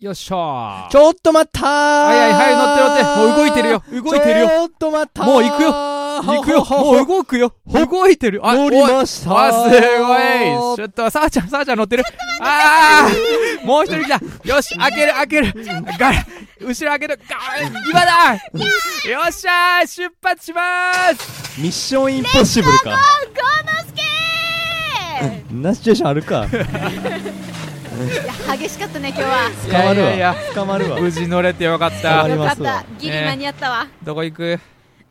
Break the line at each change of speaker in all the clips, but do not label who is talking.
よっしゃー
ちょっと待ったーはい
はいはい乗って乗ってもう動いてるよ動いてるよ
ちょっと待ったー
もう行くよ行くよもう動くよ動いてるあ、
乗りましたー
あ、すごいちょっと、さあちゃん、さあちゃん乗ってるああもう一人来たよし、開ける開けるガラ後ろ開けるガ今だよっしゃー出発しまーす
ミッションインポッシブルか
ゴーノスケー
んなシチュエーションあるか
いや激しかったね今 日は
捕まる
いやいや
わ
い
捕まるわ
無事乗れてよかっ
捕ま
た
り
よ
ま
かっ
すわ
たギリ間に合ったわ
どこ行く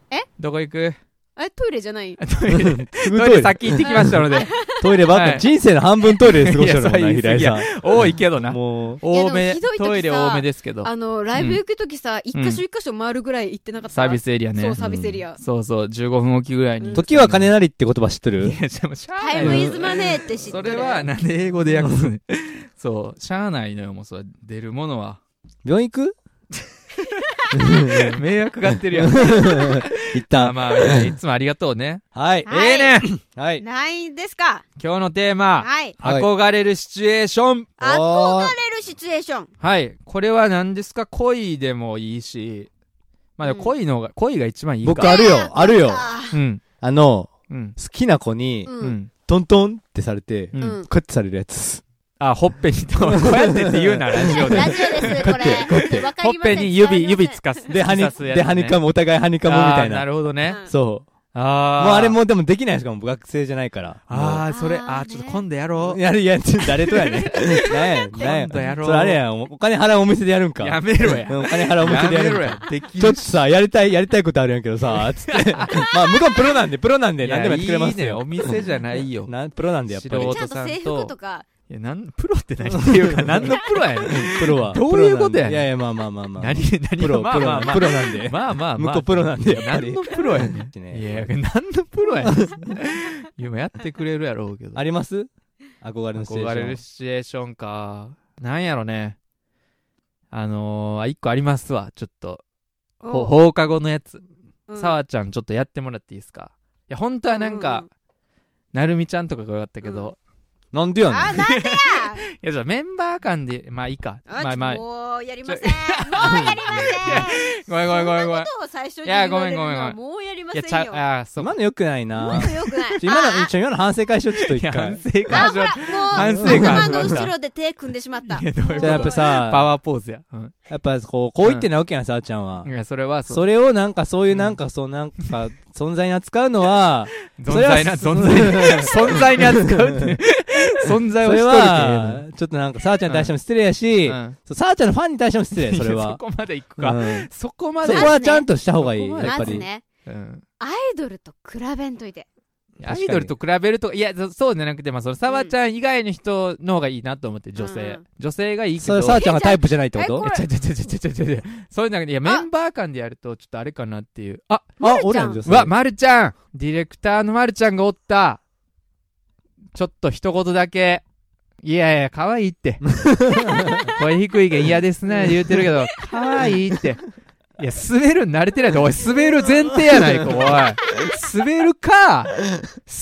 え
どこ行く
えトイレじゃない
トイレ
すぐ
トイ
ト
レ
イレ
先行ってきましたので
トイレばっか、
はい
人生の半分トイレで過ごしてるもんな、
いやそう
平井さ
多いけど
ん
な
もう
多め
いやでもひどい時さ
トイレ多めですけど
あのライブ行く時さ一箇所一箇所回るぐらい行ってなかった
サービスエリアね
そうサービスエリア
そうそう、15分おきぐらいに。
うん
時は金なりって言葉知ってる
いや、でもしゃあ
タイ
な
ム
い
イ
よ。
ズマネーって知って
そ
る
れは、なんで英語で訳 すねそう、しゃあないのよ、もう、それ出るものは。
病院行く
迷惑がってる やん。
一
まあ
旦
まあ、いつもありがとうね。
はい
は
ええねん
はい
ないんですか
今日のテーマ、
はい
はい
憧れるシチュエーション。
憧れるシチュエーション
はい、これは何ですか恋でもいいし、まあでも
うん
恋の方が、恋が一番いいか。
僕あるよあるよ
あ
うん、
あの
うん、
好きな子に
ーう
うんん、
トントンってされて
う。
うんん
カッてされるやつ
あ、ほっぺに、 こうやってって言うな、ラジオ で
ラ。ジオですこれわか
ほっ
りま
ぺ
せん
に指、指つ
つ
かす。
で、はに、
突き刺すやつ
で、
ね
はにかむ、お互いはにかむみたい
あーな
な。
るほどね。
そう。
あ
も
あ。
うあれもうでもできないしかも僕学生じゃないから。
ああ、
あ
それ、
あー
ああ、
ね
ちょっと今度やろう。
やる、いや、ちょ誰と やねん。なんや、なんや。
今度やろう
それあれやん、おお金払うお店でやるんか。
やめろや
う。んお金払うお店
や
でや
め
る
ろ
んか。
や。でき
ちょっとさ、やりたい、やりたいことあるやんけどさ、つって。まあ、向こうプロなんで、プロなんで、何でもやってくれます
いやいいねお
よ。
店じゃないよ。
なプロなんで、やっぱり
素。
ちゃんと制服とか
いや、なん、プロって何っていう か、何のプロやねん。
プロは。
どういうことやねん
プロなんでいやいや、まあまあまあまあ。
何、何
プロ、
まあ
プ
まあま
ロ、
あ
プロなんで。
まあまあま
向
あ。
こうプロなんで、やっぱ
何
り
の。プロやねん。い
ね
や、何のプロやね ん。今やってくれるやろうけど。
あります憧れのシチュエーション。
憧れるシチュエーションか。なんやろね。あのー、あ一個ありますわ。ちょっと。ほ
う
放課後のやつ。
うん
さわちゃんちょっとやってもらっていいですかいや本当はなん
う
か
ん、
なるみちゃんとかがよかったけど、
なんでやねん。
あなんでや
いやじゃあメンバー間でまあいいかま
あ
あまあご
もうやりませんもうやりません
めんごめんごめんごめん
ことを最初に
い
言わ
や
れる
ご
の
めん
は
ご
もうやり
い
ませ
や
ん
ちゃ
よ
ああそう
今の良くない
も
な
っとよくない
ちょ今
あ
の、ちょ今の反省会しよう、ちょっと
い
一
や
回
反。省
あ
会
あ
しよう
あ
反
ほ
省
らもう
会
頭
し
の
ました
後ろで手組んでしまった
いやどういう
じゃあ
こ
やっぱ
とパ
さ、
ワーポーズや、うん
やっぱこう、こう言ってなわけやん、さあちゃんは。
いやそれはそう
それをなんかそういうなんかそうなんか存在に扱うのは、
存
それは
在な存在存 在に扱うって存在
そ
を一
れ
人
は、ちょっとなんかさあちゃんに対しても失礼や
で
し
や、る
そうさあちゃんのファンに対しても失
うん
礼、そ
い
れ
やそ
は。
こまで行く
う
か
ん
そこま
そ
で
こはちゃんとした方がいい、
そこは
や
ね
っぱ
まず
り。
ね
うん
アイドルと比べんといて
アイドルと比べるといやそそうじゃなくてまあそのさわちゃん以外の人の方がいいなと思って女性、
うん
女性がいいけ
そ
ど
れさあちゃんがタイプじゃないってこ
え
と
こ
ちょちょちょちょちょちょちょそういう中でいやメンバー間でやるとちょっとあれかなっていうあ
ま
あ
る、ち
俺
ゃ
ら
ん
の女
うわ
性。
まるちゃんディレクターのまるちゃんがおったちょっと一言だけいやいや可愛いって声低いけん嫌ですね言うてるけど可愛いっていや滑るの慣れてないでおい滑る前提やないかおい滑るか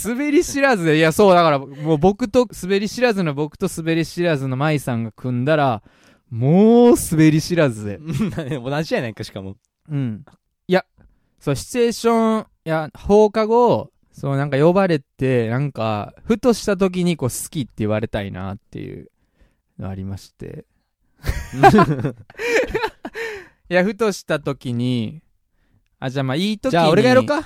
滑り知らずでいやそうだからもう僕と滑り知らずの僕と滑り知らずの舞さんが組んだらもう滑り知らずで
同じやないか、しかも。
うん。いや、そう、シチュエーション、いや、放課後、そう、なんか呼ばれて、なんか、ふとした時に、こう、好きって言われたいなっていうのありまして。 いや、ふとした時に、あ、じゃあまあ、いい時に。
じゃあ俺がやろう。か。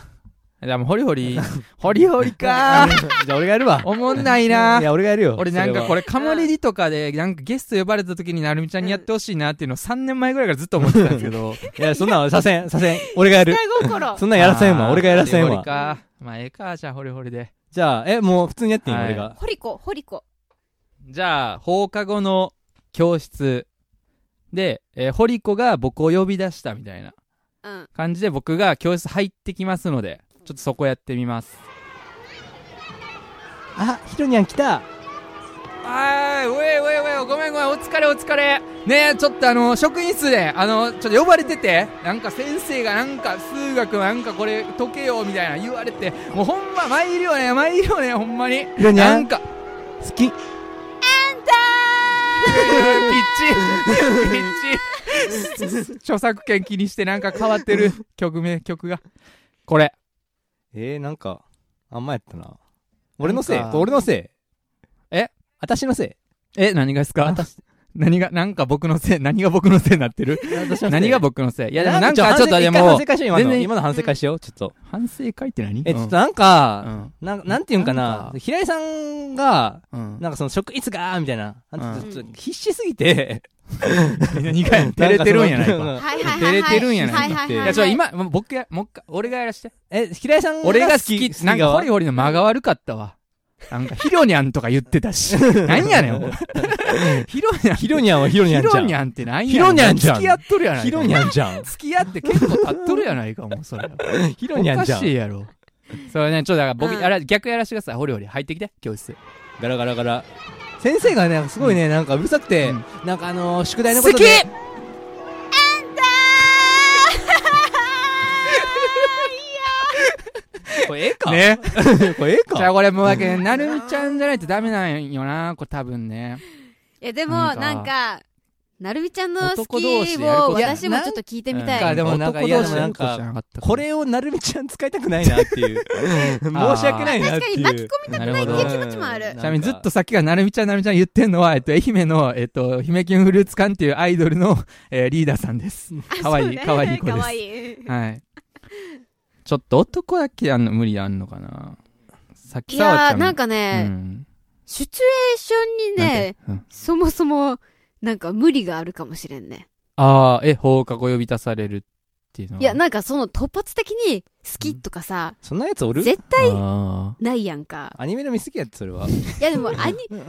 じゃあもう、ホリホリ、ホリホリかー。
じゃあ俺がやるわ。
おもんない
い
な
や、俺がやるよ。
俺なんかこ
れ
れカモレディとかでなんかゲスト呼ばれた時になるみちゃんにやってほしいなっていうのを3年前ぐらいからずっと思ってたんですけ ど
は。いや、そんなんさせん、させん。俺が やる。
下心
そんなんやらせんわ。俺がやらせん
ホリホ
わ
リ。かまあええかじゃあホリホリで
じゃあ、え、もう普通にやっていい
はい
俺が。
ホリコホリコ
じゃあ、放課後の教室で、えーホリコが僕を呼び出したみたいな
うん
感じで僕が教室入ってきますので、ちょっとそこやってみます。
あ、ひろにゃん来た。
あー、うえうえうえ、ごめんごめん、お疲れお疲れ。ねえ、ちょっとあの、職員室で、あの、ちょっと呼ばれてて、なんか先生がなんか、数学なんかこれ解けようみたいな言われて、もうほんま、参るよね、参るよね、ほんまに。
ひろにゃ
なん
ん、
か、
好き。
ピッチ、ピち著作権気にしてなんか変わってる曲名曲がこれ
えー、なんか、あんまやったな。俺のせい
なんか
俺のせい
え
私のせ
え何がですか何がなんか僕のせい何が僕のせいになってる
い私のせい
何が僕のせいいやでもなん
ちょ
かちょっとで
一回
も
反省会しよう、今
全
の。
然
今の反省会しよう、ちょっと。
反省会って何
え、ちょっと
うん
なんか、
う
なんなんていうんか
なん
な
か
平井さんが、
ん
なんかその職いつがーみたいな、あ
うん
ちょっと必死す ぎて、
何がや照れてるんやない
なん
か
か
はいはいはい。
照れてるんやない
はいはい
い
い
はい。
やちょ今もう僕やもう一回俺がやらして
え、平井さん
俺が好きってなんかホリ
ホ
ホリの間が悪かったわなんかヒロニャンとか言ってた し何やねんお前ヒロニャン
ヒロニャンはヒロニャ
ヒ
ンじ
ロ
ゃん。
ニャンって何やねん
ヒロニャンじゃん
付き合っとるやないか
ヒロニャンじゃん。
付き合って結構経っとるやないかもうそれ
ヒロ
お
ニャン
か
じゃ
し
ん。
いやろ それねちょっとだから僕
うん
やら逆やらしてくださいホリホリ入ってきて教室
ガラガラガラ。先生がね、すごいね、なんかうるさくて、
うん
なんかあのー、宿題のこ
好
と
き
で。これええか、
ね
これええ
じゃあ
か
これもうだけどなるみちゃんじゃないとダメなんよなこれ多分ね
いやでも
な
なんん
か
かなるみちゃんの好
男同士
き
で
を
やること
私もちょっと聞いてみ
いやな
た
いんかでもなんか嫌だななんかこれをなるみちゃん使いたくないなっていう。申し訳ないなって
確か
いう。
に巻き込みたくないっていう気持ちもあ
なる
る
ほ
ちなみにずっとさっきからなるみちゃんなるみちゃん言ってんのは、えっと、愛媛の、えっと、姫キュンフルーツ館っていうアイドルの、えーリーダーさんです。かわいい、かわいい子です。
か わいい
はい。ちょっと男だけやんの無理あんのかなさっき
い
さわちゃ
や
ん。
ーなんか
う
ね、
ん、
シチュエーションにね
なんて、うん
そもそもなんか無理があるかもしれんね
ああ、え、放課後呼び出されるっていうのは。
いやなんかその突発的に好きとかさ、
そんなやつおる
絶対
あ
ないやんか
アニメの見過ぎやって、それは。
いや でもアニアニメで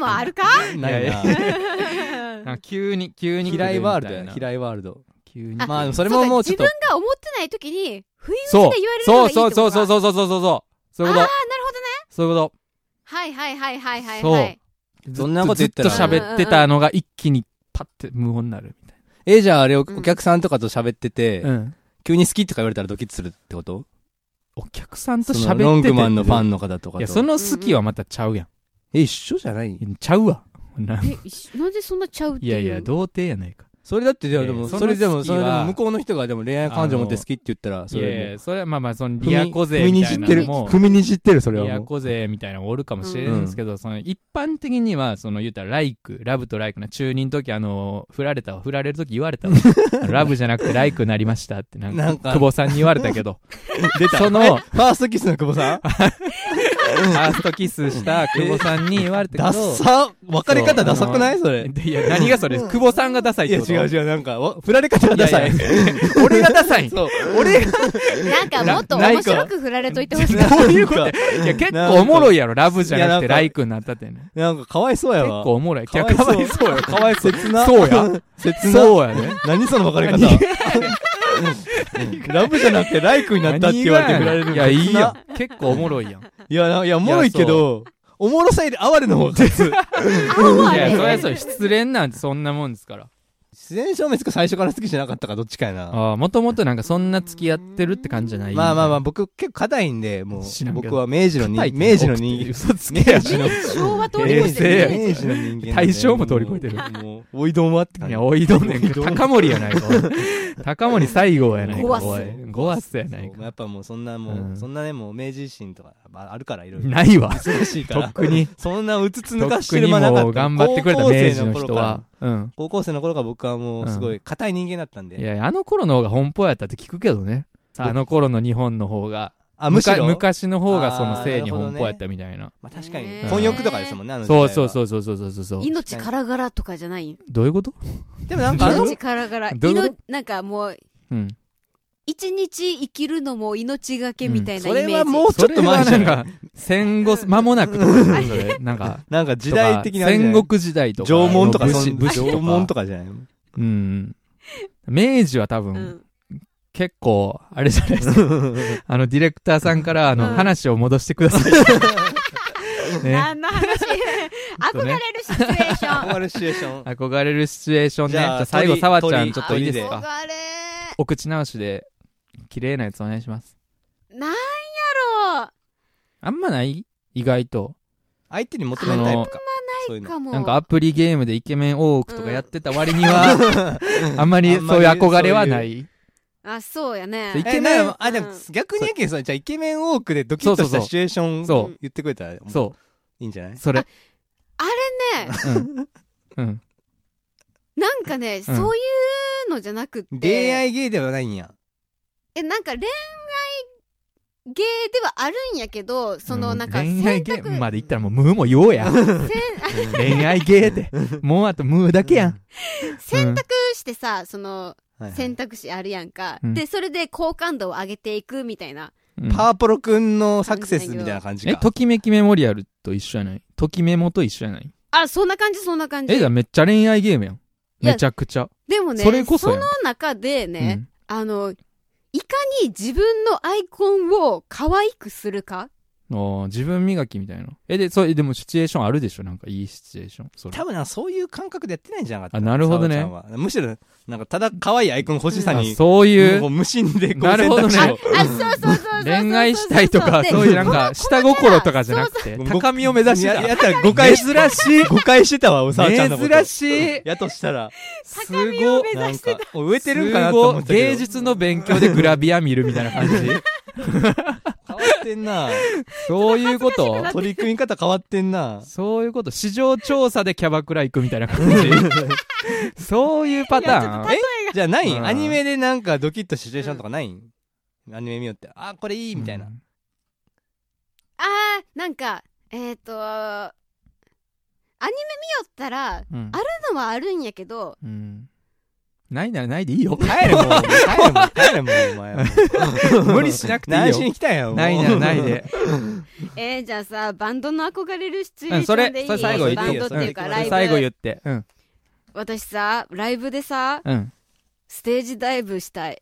もあるか
ないな。
ーなんか急に、急に来るみた
嫌
いな。
いワールドや、嫌いワールド。
急に。
あ
まあ、そ
そ
れももうちょっと
うか。自分が思ってない時に不意
そ
打
う
ちで言われるのがい
そ
いうってこ
そう
とか
そうそうそうそうそうそう。そういうこ
あーな
と
る。ほどね
そういうこと。
はいはいはいはいはい
そう
はい
そんなこと言ったら
ずっと喋ってたのが一気にパッて無音になるみたい
え、じゃああれお
うん
お客さんとかと喋ってて、
な。うん。
急に好きとか言われたらドキッとするってこと
お客さんと
その
喋ってて。
ロングマンのファンの方とかと。
いや、その好きはまたちゃうやん。
え、一緒じゃない
いやちゃうわ。な
え一緒なんでそんなちゃうって
い
いう
やいや、童貞やないか。
それだって、で
いやいや
も、
その
それでも、
好き
そ
は
れでも向こうの人がでも恋愛感情持って好きって言ったら、
い
そ
やい
れ
や、それはまあまあ、その
もう。
リアコ勢みたいなのも。
みに知ってる、そ
リア。コ勢みたいなのおるかもしれないんですけど、その一般的には、その言うたら、ライク、ラブとライクな、中二の時、あの、振られたわ、振られる時言われたわ、あ のラブじゃなくてライクになりましたって、なん
な
か、
んか
久保さんに言われたけ ど、
出た。
その
えファーストキスの久保さん
ファーストキスした久保さんに言われたけど、
ダッサ別れ方ダサくないそれ。
いや、何がそれ、久保さんがダサいっ
いや、
てこと
違う違う、なんか、わ振られ方がダサい。
い俺がダサいん
そう。
俺が、
なんかもっと
なない
面
か
白く振られとい てほしい。
どういうこと
いや、結構おもろいやろ、ラブじゃなくて
いやなんか
ライクになったってね。
なんか、かわいそうや
結
わ。
構おもろい。い
か
や
わい
かわ
そ。
いうそうや。
かわいそう。切な。
そうや。
切な。
そうやね。
何その別れ
何
方ラブじゃなくてライクになったって言われて振られるの
いや、いいや
や
ん。結構おもろいやん。い
いやないやおもろいけどおもろさより哀れの方が勝つ
あ
や、そり
あ
ゃそう、失恋なんてそんなもんですから。
自然消滅か最初から好きじゃなかったかどっちかやな
ああ、もともとなんかそんな付き合ってるって感じじゃない
まあまあまあ
あ、
僕結構硬いんでも
知
う
らんけど
僕は明治の
硬い
に
って
明治の人間
嘘つ
明
けやし。
治の
昭和通り
平
越し
成や
て
明治の人間なんで
大正も通り越えてる
もうおいどんはって感
い
じ
や、おいどんねん けど。高森やないか。おい高森西郷やないか。
ごわっす
おいごわっすやない
そう
か。
やっぱもうそんなも
う
うんそんなねもう明治維新とかあるからいろいろ
ないわ。
忙しいか
と
ら
っくに。
そんなうつつ
と
抜
っ
かして
く
る
に
間なかった
もう頑張ってくれた
高校生
明治の
頃
人
から
は。うん。
高校生の頃から僕はもうすごい硬い人間だったんで、
いや、あの頃の方が奔放やったって聞くけどね。あの頃の日本の方が。
あむしろ
むか昔の方がその性に
あーな
奔
るほどね
放やったみたいな。
まあ、確かに
へ
ー
婚欲とかですもんねあの時代
そう
は
そうそうそうそうそうそう。
命からがらとかじゃない
どういうこと
でもなんかあの
命からがら
どういうこと
命なんかもう
うん。
一日生きるのも命がけみたいなイ
そ
メー
れ
ジ、
はもうちょっと前じ
そ
ゃ
れはな
な
いんか、戦 後、間もなくとかじゃないそれなんか、
なんか時代的なあれじゃない
戦国時代とか。
縄文とか
武
そ
士
ん
武士
縄文と
か。
かじゃないの
うん。明治は多
う
分、
ん
結構、あれじゃないですか。あの、ディレクターさんから、あ
う
の、
ん
話を戻してくださ い。ね。
何の 話
と
憧
ね
れるシチュエー ション
るシチュエーション
憧れるシチュエーションね。じ
じゃあ
ゃあ最後、
鳥
さわちゃん、
鳥
ちょっといいです
鳥
か
憧れ
お口直しで、綺麗なやつお願いします。
なんやろう
あんまない意外と。
相手に求めるタイプかそういうの。
かも。
なんかアプリゲームでイケメン多くとかやってた割には、 あんまりそういう憧れはない。
あ、そうやね
そう。イケ
え
メン
なあ、でも
うん
逆にやけんさん、じゃあイケメン多くでドキッとしたシチュエーション
そう
言ってくれたらい
そ。
いんじゃないう
それ。
ね
うん。うん。
なんかね、
うん
そういうのじゃなくって。
恋愛ゲーではないんや。
え、なんか恋愛ゲーではあるんやけど、そのなんか
恋愛
選
ゲー
択、
ムまで言ったらもう無もようや。恋愛ゲーで。もうあと無だけやん。
選択してさ、その
はいはい
選択肢あるやんか。
うん
で、それで好感度を上げていくみたいな。
うん
パワポロくんのサクセスみたいな感じ
え、
か。
ときめきメモリアルと一緒やないときメモと一緒やない
あ、そんな感じ、そんな感じ。
え、だからめっちゃ恋愛ゲームやん。めちゃくちゃ。
でもね、
それこそやん
の中で
う
ね、
ん
あの、いかに自分のアイコンを可愛くするか
あー自分磨きみたいな。え、で、それ、でもシチュエーションあるでしょなんかいいシチュエーション。それ。
多分な、そういう感覚でやってないんじゃなかった
あなるほどね
沙織ちゃんはむしろ、なんかただ可愛いアイコン欲しさ
あ
に、
そういう
もう、無心でこう
なるほどね
選
あ、あ
択肢を
そうそうそうそうそ う。
恋愛したいとか、
で
そういうなんか、下心とかじゃなくて、
そうそう
高みを目指し
や
て
やったら誤解し、珍しい誤解してたわ、おさあちゃんのこと。
た。珍しい。
やとしたら、
す
高みを
ご
目。指
なん
して
か、植えてるんかな
す
と
ご
思っ
い。
たけど。
芸術の勉強でグラビア見るみたいな 感じ。
変わってんな。
そういうこと
取り組み方変わってん な。
そういうこと。市場調査でキャバクラ行くみたいな感じ。そういうパターン。え
えじゃあない
うん
アニメでなんかドキッとシチュエーションとかないアニメ見よって。あ、これいいみたいな。。
あー、なんか、えっ、とアニメ見よったら、
うん
あるのはあるんやけど、
うん。ないならないでいい よ。
帰れもう、帰れもう、帰れもう、お前は。
無理しなくていいよ
何しに来たんやもう
ないならない。で。
えー、じゃあさ、バンドの憧れるシチュエ
う
ー
ん、
シ
そ
ョン
れ
でいい、
それ最後
バ
言っ
ン
て
ド
よ。
って
う
いうんか、
そ
ライ
れ
ブ。
最後言って。うん。
私さ、ライブでさ、
うん。
ステージダイブしたい。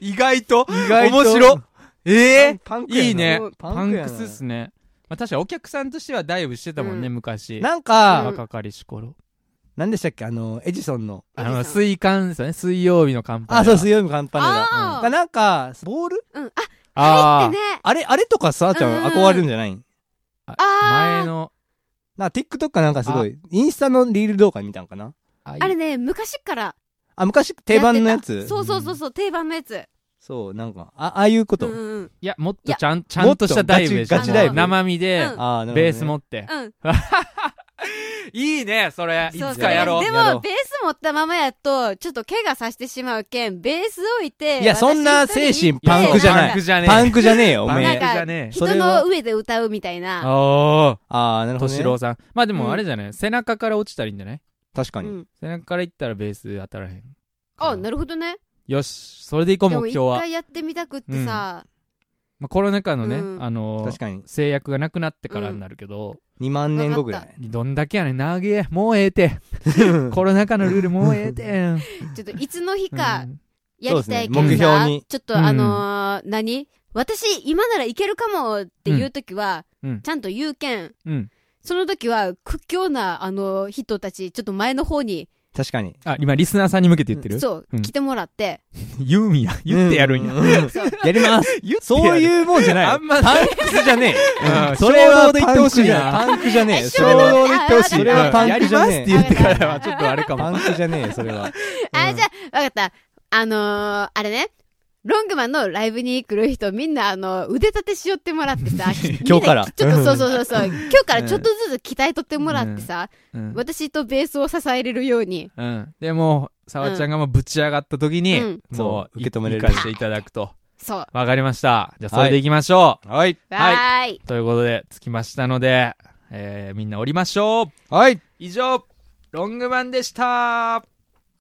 意外と
意外と
面白ええ
パンクやない
いね
もう。
パンクスっ
す
すね。まあ、確かにお客さんとしてはダイブしてたもんね、
うん
昔。
なんか、
若かりし頃。
なんでしたっけあの、エジソンの。
あの、
エジソン
水管ですよね。水曜日のカンパネラ
あ、そう、水曜日のカンパネ
あー
ラ。うんなんか、ボール
うん、あ、
あ
でね、
あれ、あれとかさ、あーちゃん
うん
憧れるんじゃない
あ
あー
前の、
なんか TikTok かなんかすごい、インスタのリール動画見たんかな
あ
あれね、昔から
あ、昔定番のや
って
つ
たそうそうそうそう、定番のやつ。
そう、なんか、あ、ああいうこ
う
と
ん。うん
いや、もっとちゃん、ちゃんとしたダイブでしょ
もっとガチガチダイブ
生身で、
うん
ああ、なるほどね
ベース持って。
うん。
いいね、それ。い
そう
つ
そ
かやろう。
で
やろ
も
う
ベース持ったままやとちょっと怪我させてしまうけんベース置いて
いやそんな精神
いや
パンクじゃない
パンクじゃねえ。
パンクじゃねえよ、お
パン
め
ク
え
じ。ゃねえ。
そ
人
れは
の上で歌うみたいな
あ
ああ、な
あ、
るほど、ね。
敏郎さん。まあでもあれじゃない、背中から落ちたらいいんじゃない
確かに。
うん
背中から行ったらベース当たらへん。
あなるほどね
よし、それで行こう、
で
目
も一
標は。
回やってみたくってさ
まあ、コロナ禍のね、
うん
あの
確
ー、
かに。
制約がなくなってからになるけど、
2万年後ぐら
わか
い。
どんだけやねん、長え、もうええて。コロナ禍のルールもうええて。
ちょっといつの日か
うん
やりたいけ
そうで
ど
す
ね目
さ
標に
ちょっとあのー何私今ならいけるかもっていう時は
うんうん
ちゃんと言うけん
うん。
その時は屈強なあの人たちちょっと前の方に
確かに。
あ、今、リスナーさんに向けて言ってる
そう
うん
来てもらって
言うんや。 言ってやるんや。
う。やります。そう
う、
いうもんじゃない。
あんま、
パンクスじゃねえ。
うん
それ
衝
は
動で言ってほしいな
パンクじゃねえ。
あ
それ
衝
は
動
で言
で言
っ
ってて
ほし
ほ
い。
しい
それはパンクじゃ
やりますっ
ねえ。
て言ってからはちょっとあれか
パ
も。
ンクじゃねえ、それは。
あ、
うん
じゃあ、わかった。あのー、あれね。ロングマンのライブに来る人、みんな、あの、腕立てしよってもらって さ、
今日から
みんなちょっと、そうそうそうそう、今日からちょっとずつ鍛えとってもらってさ、
うん。
私とベースを支えれるように。
うん。でも、沢ちゃんがもうぶち上がった時に、
うん
もう
そう、受け止めれる
生かしていただくと。
そう。わ
わかりました。じゃあ、それで行きましょう。
はい。
は
ーい。
ということで、着きましたので、えーみんな降りましょう。
はい。
以上、ロングマンでした。